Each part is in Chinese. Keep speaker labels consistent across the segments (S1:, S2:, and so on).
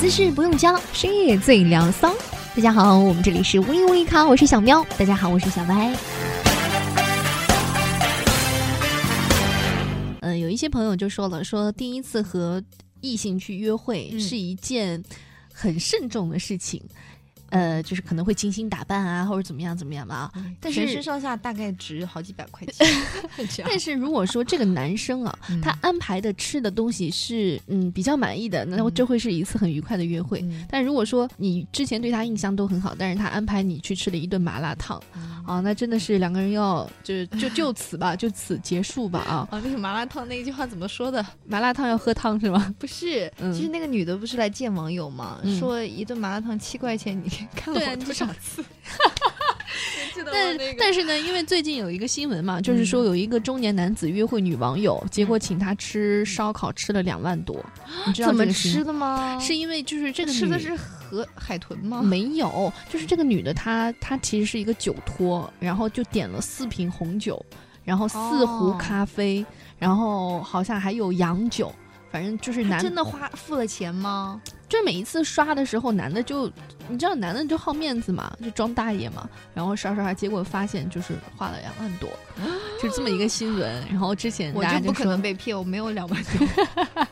S1: 姿势不用教，
S2: 深夜最疗骚。大家好，我们这里是微微咖，我是小喵。大家好，我是小白。嗯，有一些朋友就说了，说第一次和异性去约会
S1: 嗯
S2: 是一件很慎重的事情，呃，就是可能会精心打扮啊，或者怎么样怎么样的啊。但是
S1: 全身上下大概值好几百块钱， 这 样
S2: 但是如果说这个男生啊，
S1: 嗯
S2: 他安排的吃的东西是嗯比较满意的，那
S1: 嗯
S2: 这会是一次很愉快的约会。
S1: 嗯
S2: 但如果说你之前对他印象都很好，但是他安排你去吃了一顿麻辣烫
S1: 嗯
S2: 啊，那真的是两个人要就就就此吧，就此结束吧啊！
S1: 啊，那个麻辣烫那一句话怎么说的？
S2: 麻辣烫要喝汤是吗？
S1: 不是，
S2: 嗯
S1: 就是那个女的不是来见网友嘛，
S2: 嗯
S1: 说一顿麻辣烫七块钱，你 看 了
S2: 对啊
S1: 我
S2: 你
S1: 多
S2: 少
S1: 少次？记得
S2: 但但是呢，因为最近有一个新闻嘛，就是
S1: 嗯
S2: 说有一个中年男子约会女网友，结果请她吃烧烤，吃了两 万多，你知道
S1: 怎么
S2: 这个新
S1: 吃
S2: 闻？
S1: 的吗？
S2: 是因为就是这个
S1: 吃的
S2: 女
S1: 是河海豚吗？
S2: 没有，就是这个女的她她其实是一个酒托，然后就点了四瓶红酒，然后四壶
S1: 哦
S2: 咖啡，然后好像还有洋酒，反正就是
S1: 她
S2: 男
S1: 真的花付了钱吗？
S2: 就每一次刷的时候，男的就你知道男的就好面子嘛，就装大爷嘛，然后刷刷刷，结果发现就是花了两万多，就这么一个新闻。然后之前
S1: 啊我
S2: 大家
S1: 就不
S2: 就
S1: 可
S2: 说哦
S1: 能，被骗，我没有两万多。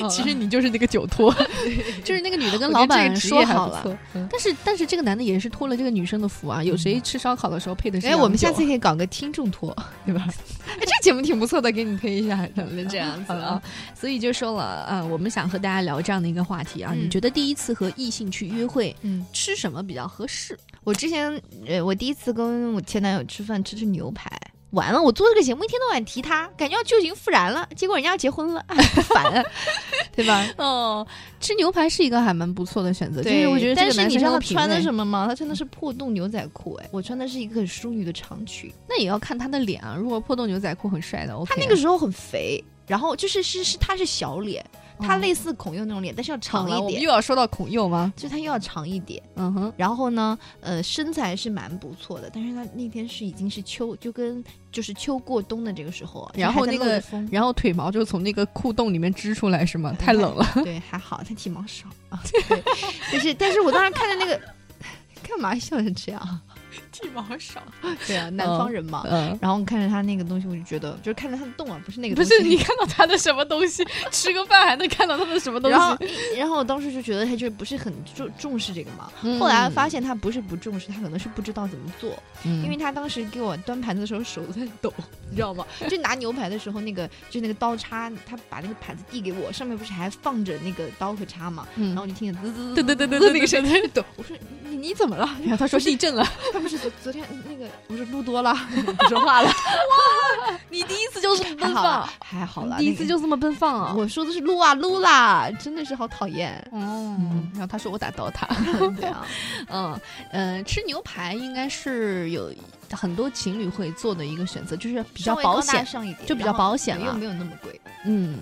S2: 其实你就是那个酒托， 就是那个女的跟老板说好了。，但是但是这个男的也是托了这个女生的福啊，有谁吃烧烤的时候配的是
S1: 嗯哎，
S2: 洋酒啊？
S1: 我 们下次可以搞个听众托，对吧？哎，这个节目挺不错的，给你推一下，咱们这样子
S2: 好了
S1: 啊。，
S2: 所以就说了，呃，我们想和大家聊这样的一个话题啊，
S1: 嗯
S2: 你觉得第一次和异性去约会，
S1: 嗯，
S2: 吃什么比较合适？
S1: 我之前呃，我第一次跟我前男友吃饭吃吃牛排，完了，我做这个节目一天到晚提他，感觉要旧情复燃了，结果人家要结婚了，烦，对吧？
S2: 哦，吃牛排是一个还蛮不错的选择，就是
S1: 对，
S2: 我觉得这
S1: 但
S2: 个
S1: 是
S2: 男
S1: 你
S2: 生
S1: 知道
S2: 有
S1: 他
S2: 品
S1: 穿的
S2: 味
S1: 什么吗？他穿的是破洞牛仔裤，哎，我穿的是一个很淑女的长裙。
S2: 那也要看他的脸啊。如果破洞牛仔裤很帅的，OK 啊。
S1: 他那个时候很肥，然后就是是是他是小脸，他类似孔佑那种脸，但是要
S2: 哦好
S1: 长
S2: 了，我
S1: 一
S2: 们
S1: 点，
S2: 又要说到孔佑吗？
S1: 就他又要长一点。
S2: 嗯哼，
S1: 然后呢，呃，身材是蛮不错的，但是他那天是已经是秋，就跟就是秋过冬的这个时候啊，就
S2: 然后
S1: 还在
S2: 那
S1: 漏着
S2: 个
S1: 风
S2: 然后腿毛就从那个裤洞里面支出来是吗？太冷了。
S1: 对，还好他体毛少啊。对，但是但是我当时看着那个，干嘛笑成这样？
S2: 剃毛少，
S1: 对啊，南
S2: 嗯
S1: 方人嘛。
S2: 嗯，
S1: 然后我看着他那个东西，我就觉得，就是看着他的洞啊，不是那个
S2: 不
S1: 东西。
S2: 是你看到他的什么东西？吃个饭还能看到他的什么东西
S1: 然？后，然后我当时就觉得他就是不是很重重视这个嘛。
S2: 嗯
S1: 后来发，现他不是不重视，他可能是不知道怎么做，
S2: 因
S1: 因为他当时给我端盘子的时候手在抖，你知道吗？就拿牛排的时候，那个就那个刀叉，他把那个盘子递给我，上面不是还放着那个刀和叉嘛，
S2: 嗯
S1: 然后我就听见滋滋滋，
S2: 对对对对
S1: 滋
S2: 对，
S1: 那个声音，
S2: 音。
S1: 抖。我说你你怎么了？
S2: 然后他说地震了，
S1: 他们是昨昨天那个，我说录多了，不说话了，
S2: 你第一次就这么
S1: 还好啦，，还好啦，
S2: 第一次
S1: 那
S2: 就这么奔放
S1: 个
S2: 啊！。
S1: 我说的是录啊录啦，真的是好讨厌
S2: 嗯，然后他说我打倒 他。
S1: 对啊，
S2: 嗯，呃，吃牛排应该是有很多情侣会做的一个选择，就是比较
S1: 稍微
S2: 保
S1: 高大
S2: 险，
S1: 上一点，
S2: 就比较
S1: 然后
S2: 保险
S1: 又
S2: 了。
S1: 没有那么贵，
S2: 嗯，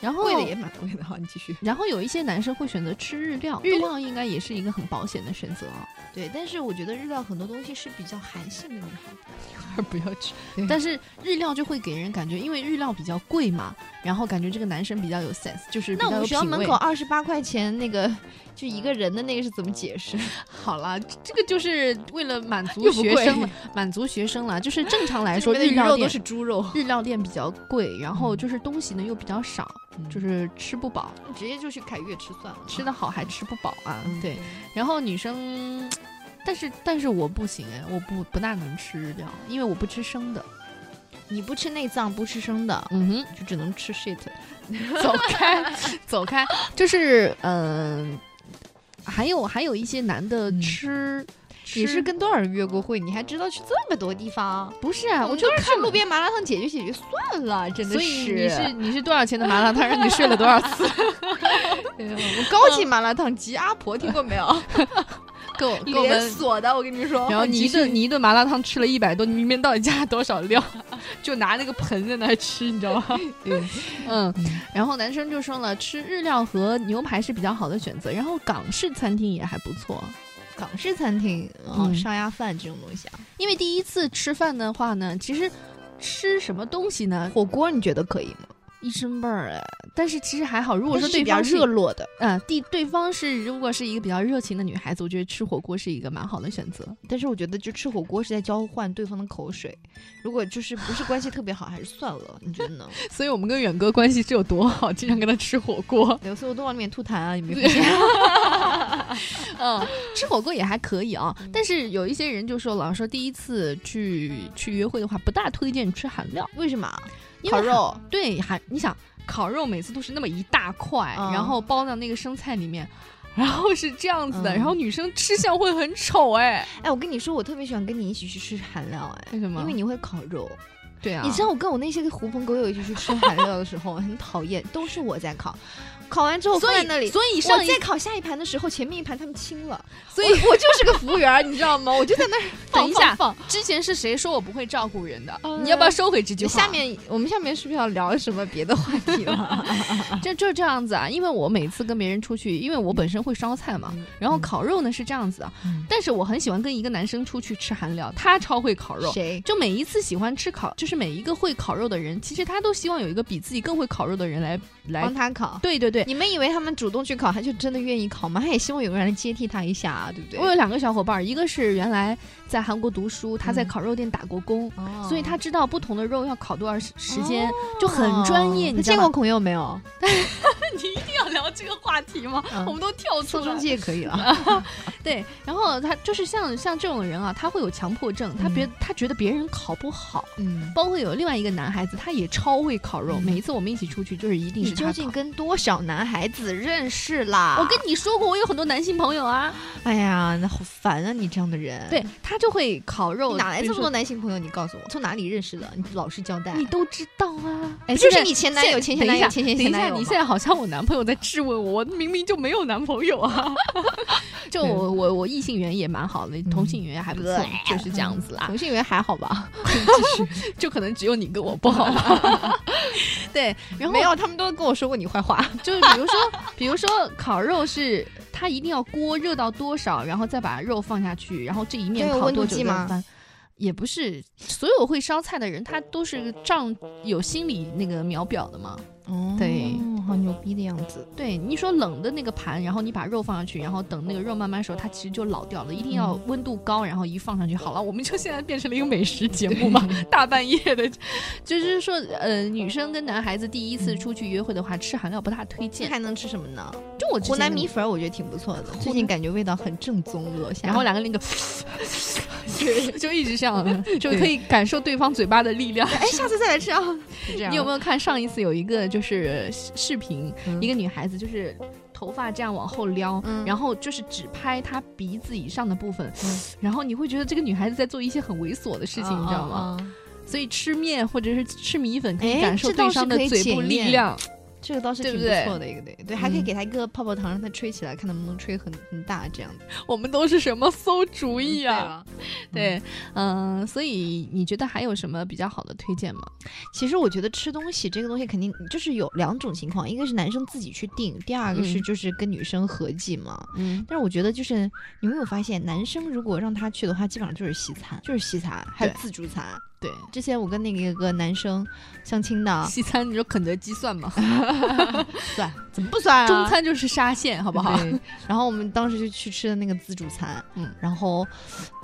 S2: 然后
S1: 贵的也蛮贵的哈。你继续。
S2: 然后有一些男生会选择吃日料，
S1: 日
S2: 日
S1: 料
S2: 料应该也是一个很保险的选择啊。
S1: 对，但是我觉得日料很多东西是比较韩信的女孩子，
S2: 不要吃
S1: 对，
S2: 但是日料就会给人感觉，因为日料比较贵嘛，然后感觉这个男生比较有 sense，就是比较
S1: 那我们
S2: 有
S1: 学校
S2: 品
S1: 门
S2: 味
S1: 口二十八块钱那个，就一个人的那个是怎么解 释？
S2: 好了，这这个就是为了满足
S1: 又不
S2: 学
S1: 贵
S2: 生了，满足学生了。就是正常 来说，
S1: 这里
S2: 日
S1: 面的
S2: 料
S1: 鱼肉都
S2: 店
S1: 是猪肉，
S2: 日料店比较贵，然后
S1: 嗯
S2: 就是东西呢又比较少，就是是吃不饱，
S1: 直接就去凯悦吃算了，
S2: 吃的好还吃不饱啊。
S1: 嗯
S2: 对，然后女生，但是但是我不行哎，我不不大能吃日料，因为我不吃生的。
S1: 你不吃内脏不吃生的，
S2: 嗯哼，
S1: 就只能吃 shit。
S2: 走开， 走 开，就是嗯、还有还有一些男的
S1: 嗯
S2: 吃，
S1: 你是
S2: 吃
S1: 跟多少人约过会？你还知道去这么多地方？
S2: 不是啊？
S1: 我
S2: 我
S1: 就
S2: 就
S1: 看
S2: 看
S1: 路。边麻辣烫解决解决算了，真的
S2: 所以你是
S1: 是
S2: 你是多少钱的麻辣烫？让你睡了多少 次？啊
S1: 高级麻辣烫吉阿婆听过没 有？
S2: 给我给我
S1: 连
S2: 们
S1: 锁的，我跟你说。
S2: 然后哦你
S1: 你
S2: 一顿你一顿麻辣烫吃了一百多，你明明到底加了多少料？ 就拿那个盆在那儿吃，你知道吗？嗯，然后男生就说了，吃日料和牛排是比较好的选择，然后港式餐厅也还不错。
S1: 港式餐厅哦，
S2: 嗯
S1: 烧鸭饭这种东西啊，
S2: 因为第一次吃饭的话呢，其实吃什么东西呢？
S1: 火锅你觉得可以吗？
S2: 一身味儿哎。但是其实还好，如果
S1: 我
S2: 说
S1: 说
S2: 对
S1: 比较
S2: 方是
S1: 热，络的，
S2: 嗯，对，对方是如果是一个比较热情的女孩子，我觉得吃火锅是一个蛮好的选择。
S1: 但是我觉得就吃火锅是在交换对方的口水，如果就是不是关系特别好，还是算了，你觉得呢？
S2: 所以我们跟远哥关系是有多好，经常跟他吃火锅。
S1: 对，所以我都往里面吐痰啊，你 没发现？
S2: 嗯， 吃火锅也还可以啊，但是有一些人就说了，说第一次去去约会的话，不大推荐吃韩料，
S1: 为什么啊？
S2: 因为
S1: 烤肉
S2: 对韩，你想烤肉每次都是那么一大块，
S1: 嗯
S2: 然后包到那个生菜里面。然后是这样子的，
S1: 嗯
S2: 然后女生吃相会很丑哎，
S1: 哎，我跟你说，我特别喜欢跟你一起去吃韩料，哎，
S2: 为什么？
S1: 因为你会烤肉。
S2: 对啊，
S1: 你知道我跟我那些个狐朋狗友一起去吃韩料的时候，很讨厌，都是我在烤，烤完之后放
S2: 所
S1: 在
S2: 以
S1: 那里。
S2: 所以
S1: 我
S2: 上一
S1: 在烤下一盘的时候，前面一盘他们清了，
S2: 所
S1: 我我就是个服务员儿，你知道吗？我就在那儿放
S2: 等一下
S1: 放放
S2: 之前是谁说我不会照顾人的？
S1: 嗯
S2: 呃你要不要收回这句话？
S1: 下面我们下面是不是要聊什么别的话题了？
S2: 就就是这样子啊，因为我每次跟别人出去，因为我本身会烧菜嘛，然后烤肉呢是这样子啊，
S1: 嗯
S2: 但是我很喜欢跟一个男生出去吃韩料，他超会烤 肉。
S1: 谁？
S2: 就每一次喜欢吃烤，就是每一个会烤肉的人，其实他都希望有一个比自己更会烤肉的人来来
S1: 帮。他烤。
S2: 对对对，
S1: 你们以为他们主动去烤，他就真的愿意烤吗？他也希望有个人来接替他一下啊，对不对？
S2: 我有两个小伙伴儿，一个是原来在韩国读书，他在
S1: 嗯
S2: 烤肉店打过工，
S1: 哦
S2: 所以他知道不同的肉要烤多少时时间，就很专业。
S1: 哦
S2: 你
S1: 他
S2: 知道
S1: 见
S2: 吗
S1: 过孔佑没有？
S2: 你一定要聊这个话题吗？
S1: 嗯
S2: 我们都跳出
S1: 宋
S2: 来
S1: 仲
S2: 了。
S1: 基也可以了。
S2: 对，然后他就是像像这种人啊，他会有强迫症，他别、他觉得别人烤不好。
S1: 嗯，
S2: 包括有另外一个男孩子，他也超会烤肉，
S1: 嗯
S2: 每一次我们一起出去，就是一定
S1: 你
S2: 是
S1: 究
S2: 他
S1: 竟
S2: 烤。
S1: 跟多少男孩子认识啦？
S2: 我跟你说过，我有很多男性朋友啊，
S1: 哎呀，那好烦啊！你这样的人，
S2: 对他就会烤肉，
S1: 你哪来
S2: 比
S1: 这
S2: 如
S1: 么多男性朋友？你告诉我，从哪里认识的？你老实交代
S2: 说？。你都知道啊，哎，
S1: 不就是
S2: 现在
S1: 你前男友、前
S2: 现
S1: 前男友、
S2: 等
S1: 前
S2: 一下
S1: 前前男
S2: 等一下，
S1: 友吗？
S2: 你现在好像我男朋友在质问我，我明明就没有男朋友 啊。就我我我异性缘也蛮好的，同性缘也还不错，
S1: 嗯对嗯
S2: 就是这样子啦。
S1: 同性缘还好吧？
S2: 就可能只有你跟我不好 吧。对，然后
S1: 没有，他们都跟我说过你坏话。
S2: 就是比如说，比如说烤肉是它一定要锅热到多少，然后再把肉放下去，然后这一面
S1: 对有
S2: 烤
S1: 温度
S2: 多久
S1: 计
S2: 再
S1: 吗
S2: 翻。也不是所有会烧菜的人，他都是仗有心理那个秒表的嘛。
S1: 哦好牛逼的样子。
S2: 对，你说冷的那个盘，然后你把肉放上去，然后等那个肉慢慢熟，它其实就老掉了。一定
S1: 嗯
S2: 要温度高，然后一放上去，好了，我们就现在变成了一个美食节目 嘛，大半夜的，就是说，呃，女生跟男孩子第一次出去约会的话，吃韩料不大推
S1: 这
S2: 荐。
S1: 还能吃什么呢？
S2: 就我之前
S1: 嗯湖南米，粉儿我觉得挺不错的，最近感觉味道很正宗了。
S2: 然后两个那个啊 就，就一直这 样，就可以感受对方嘴巴的力量。
S1: 哎，下次再来吃啊！
S2: 你有没有看上一次有一个就是视视频，
S1: 嗯
S2: 一个女孩子就是头发这样往后撩，
S1: 嗯
S2: 然后就是只拍她鼻子以上的部分，
S1: 嗯
S2: 然后你会觉得这个女孩子在做一些很猥琐的嗯事情，你知道吗？？
S1: 啊啊啊
S2: 所以吃面或者是吃米粉，可以
S1: 哎
S2: 感受
S1: 这倒
S2: 对
S1: 是
S2: 方的
S1: 可以
S2: 嘴部
S1: 检
S2: 力
S1: 验
S2: 量。
S1: 这个倒是
S2: 对
S1: 挺
S2: 不
S1: 不
S2: 对
S1: 错的一个，对对，还可以
S2: 嗯
S1: 给它一个泡泡糖，让它吹起来，看能不能吹很很大这样子。
S2: 我们都是什么馊主意
S1: 嗯对
S2: 啊？
S1: 吧
S2: 对，嗯、所以你觉得还有什么比较好的推荐吗？
S1: 其实我觉得吃东西这个东西肯定就是有两种情况，一个是男生自己去定，第二个是
S2: 嗯
S1: 就是跟女生合计嘛。
S2: 嗯，
S1: 但是我觉得就是你有没有发现，男生如果让他去的话，基本上就是西餐，就是西餐，还有
S2: 对
S1: 自助餐。
S2: 对，
S1: 之前我跟那个一个男生相亲的，
S2: 西餐你说肯德基算吗？
S1: 算怎么不算啊？
S2: 中餐就是沙县，好
S1: 好
S2: 不 好？
S1: 然后我们当时就去吃的那个自助餐，
S2: 嗯
S1: 然后，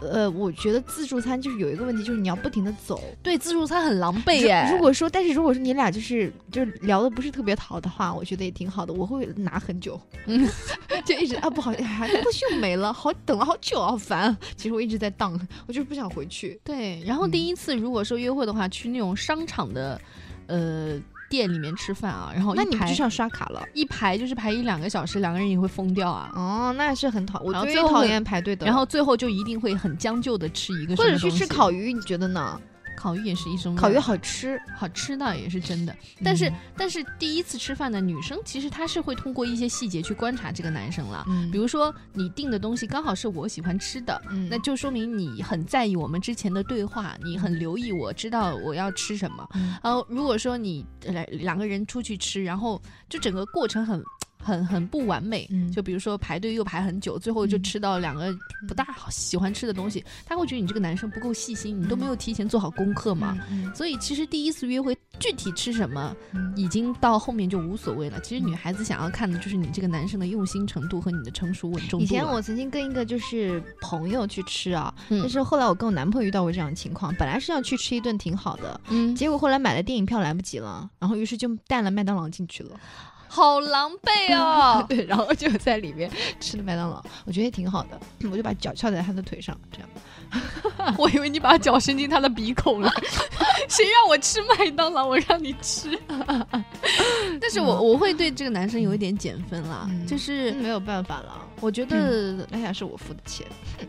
S1: 呃，我觉得自助餐就是有一个问题，就是你要不停的走，
S2: 对，自助餐很狼狈
S1: 如
S2: 耶。
S1: 如果说，但是如果说你俩就是就是聊的不是特别好的话，我觉得也挺好的。我会拿很久，
S2: 嗯，
S1: 就一直啊不好，哎呀，不秀没了，好等了好久，啊好烦。其实我一直在荡，我就是不想回去。
S2: 对，然后第一次如果说约会的话，去那种商场的，呃，店里面吃饭啊，然后
S1: 那
S2: 一
S1: 你们
S2: 排
S1: 就上刷卡了？
S2: 一排就是排一两个小时，两个人也会疯掉啊。
S1: 哦，那是很讨，我
S2: 然后
S1: 最
S2: 最后
S1: 讨
S2: 会
S1: 厌排队的了。
S2: 然后最后就一定会很将就的吃一个什
S1: 或
S2: 么
S1: 者
S2: 东西，
S1: 去吃烤鱼，你觉得呢？
S2: 烤鱼也是一生味儿
S1: 烤鱼好吃，
S2: 好吃倒也是真的，但是、
S1: 嗯
S2: 但是第一次吃饭的女生其实她是会通过一些细节去观察这个男生了，
S1: 嗯
S2: 比如说你订的东西刚好是我喜欢吃的，
S1: 嗯
S2: 那就说明你很在意我们之前的对话，你很留意我知道我要吃什么。
S1: 嗯
S2: 呃然后如果说你呃两个人出去吃，然后就整个过程很很很不完美。
S1: 嗯
S2: 就比如说排队又排很久，最后就
S1: 嗯
S2: 吃到两个不大好喜欢吃的东西，他会觉得你这个男生不够细心，你都没有提前做好功课嘛。
S1: 嗯
S2: 所以其实第一次约会具体吃什么，
S1: 嗯
S2: 已经到后面就无所谓了。其实女孩子想要看的就是你这个男生的用心程度和你的成熟稳重度了。啊
S1: 以前我曾经跟一个就是朋友去吃啊，
S2: 嗯
S1: 但是后来我跟我男朋友遇到过这样的情况，本来是要去吃一顿挺好的，
S2: 嗯，
S1: 结果后来买了电影票来不及了，然后于是就带了麦当劳进去了。。
S2: 好狼狈哦
S1: 对，然后就在里面 吃的麦当劳，我觉得也挺好的，我就把脚翘在他的腿上，这样。
S2: 我以为你把脚伸进他的鼻孔了， 谁让我吃麦当劳，我让你吃。 但是我我会对这个男生有一点减分啦，
S1: 嗯
S2: 就是
S1: 没有办法了，
S2: 我觉得
S1: 那还哎是我付的钱。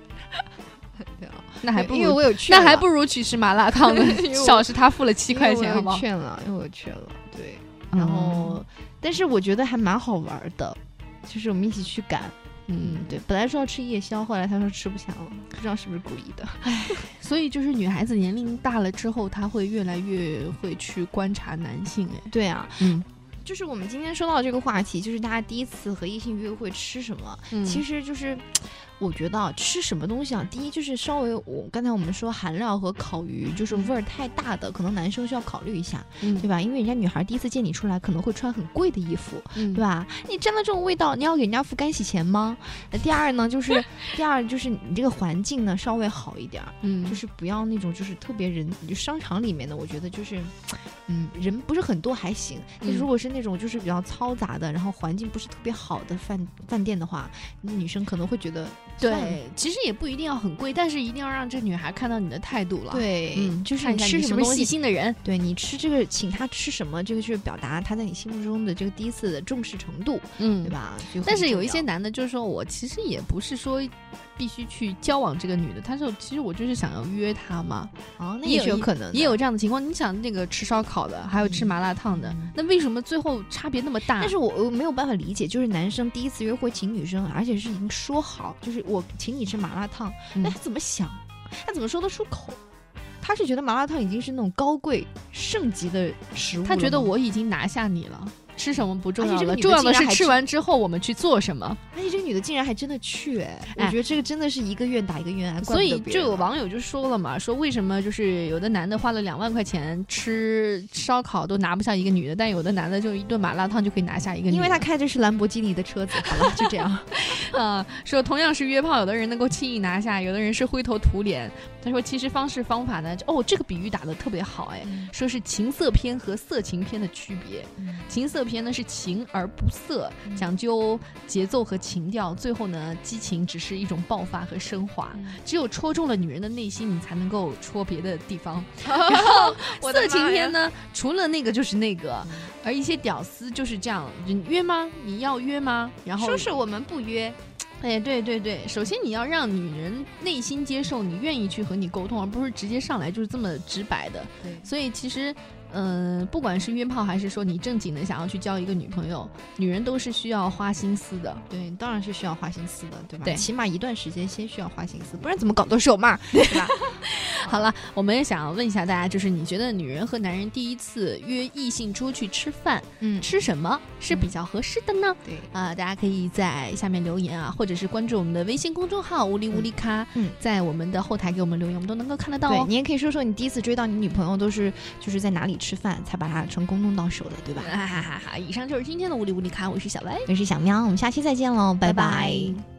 S1: 对啊，
S2: 那还不
S1: 因为
S2: 如
S1: 我有劝
S2: 那
S1: 了，
S2: 还不如去吃麻辣烫呢
S1: 因为，我
S2: 少是他付了七
S1: 因
S2: 块
S1: 为我
S2: 钱，
S1: 有
S2: 好不好？
S1: 劝了，因为我有劝了，对。
S2: 嗯
S1: 然后，但是我觉得还蛮好玩的，就是我们一起去赶。嗯，
S2: 嗯，
S1: 对，本来说要吃夜宵，后来他说吃不下了，不知道是不是故意的。
S2: 所以就是女孩子年龄大了之后，她会越来越会去观察男性，哎，
S1: 对啊，
S2: 嗯，
S1: 就是我们今天说到这个话题，就是大家第一次和异性约会吃什么，其
S2: 实
S1: 实就是。我觉得啊，吃什么东西啊？第一就是稍微，我刚才我们说韩料和烤鱼，就是味儿太大的，可能男生需要考虑一下，对
S2: 嗯
S1: 吧？因为人家女孩第一次见你出来，可能会穿很贵的衣服，
S2: 嗯
S1: 对吧？你沾了这种味道，你要给人家付干洗钱吗？那第二呢，就是 第二就是你这个环境呢稍微好一点儿，
S2: 嗯，
S1: 就是不要那种就是特别人，就商场里面的，我觉得就是，嗯，人不是很多还行，但
S2: 嗯
S1: 如果是那种就是比较嘈杂的，然后环境不是特别好的饭饭店的话，女生可能会觉得算了
S2: 对，其实也不一定要很贵，但是一定要让这女孩看到你的态度了。，
S1: 对，
S2: 嗯，
S1: 就是
S2: 看一下
S1: 吃
S2: 你
S1: 什
S2: 是
S1: 么
S2: 不
S1: 东
S2: 是
S1: 西
S2: 细心的人。
S1: 对你吃这个，请他吃什么，这个是表达他在你心目中的这个第一次的重视程度，
S2: 嗯
S1: 对？吧？就很
S2: 但是有一
S1: 重
S2: 些
S1: 要
S2: 男的，就是说我其实也不是说必须去交往这个女的，他说其实我就是想要约她嘛，
S1: 哦，那
S2: 也
S1: 也是
S2: 有
S1: 有
S2: 一
S1: 可能的，
S2: 也有这样的情况。你想那个吃烧烤的，还有吃
S1: 嗯
S2: 麻辣烫的
S1: 嗯，
S2: 那为什么最后差别那么大？
S1: 但是我我没有办法理解，就是男生第一次约会请女生，而且是已经说好，就是我请你吃麻辣烫，
S2: 嗯
S1: 那他怎么想？他怎么说得出口？他是觉得麻辣烫已经是那种高贵圣级的食物了吗，
S2: 他觉得我已经拿下你了。吃什么不重
S1: 而且
S2: 要
S1: 这个
S2: 了，
S1: 女的
S2: 重要
S1: 竟
S2: 的
S1: 然
S2: 是
S1: 还
S2: 吃
S1: 吃
S2: 完之后我们去做什么。
S1: 而且这个女的竟然还真的去，哎，
S2: 哎
S1: 我觉得这个真的是一个愿打一个愿挨，怪
S2: 所
S1: 不
S2: 以
S1: 得别
S2: 就
S1: 人啊
S2: 有
S1: 了
S2: 网友就说了嘛，说为什么就是有的男的花了两万块钱吃烧烤都拿不下一个女的，但有的男的就一顿麻辣烫就可以拿下一个女的。
S1: 因为他开着是兰博基尼的车子，好了，就这 样。
S2: 啊、说同样是约炮，有的人能够轻易拿下，有的人是灰头土脸。他说其实方式方法呢，哦，这个比喻打得特别好哎，
S1: 嗯
S2: 说是情色片和色情片的区别。情色片呢是情而不色，
S1: 嗯
S2: 讲究节奏和情调，最后呢激情只是一种爆发和升华。
S1: 嗯
S2: 只有戳中了女人的内心，你才能够戳别的地方。然后
S1: 我的
S2: 色情
S1: 妈呀嗯
S2: 片呢，除了那个就是那个，而一些屌丝就是这样，你约吗？你要约吗？然后
S1: 说是我们不约，
S2: 哎，对对对，首先你要让女人内心接受，你愿意去和你沟通，而不是直接上来就是这么直白的。
S1: 对
S2: 所以其实，嗯、不管是约炮还是说你正经的想要去交一个女朋友，女人都是需要花心思的。
S1: 对，当然是需要花心思的，对吧？
S2: 对
S1: 起码一段时间先需要花心思，不然怎么搞到手嘛，对吧？
S2: 好了，我们也想问一下大家，就是你觉得女人和男人第一次约异性出去吃饭，
S1: 嗯，
S2: 吃什么是比较合适的呢？
S1: 对，
S2: 啊、大家可以在下面留言啊，或者是关注我们的微信公众号“无力无力咖”，
S1: 嗯
S2: 在我们的后台给我们留言，我们都能够看得到
S1: 对
S2: 哦。
S1: 你也可以说说你第一次追到你女朋友都是就是在哪里吃饭才把她成功弄到手的，对吧？
S2: 哈哈哈哈！以上就是今天的无理无理咖，我是小歪，
S1: 我是小喵，我们下期再见喽，
S2: 拜
S1: 拜拜
S2: 拜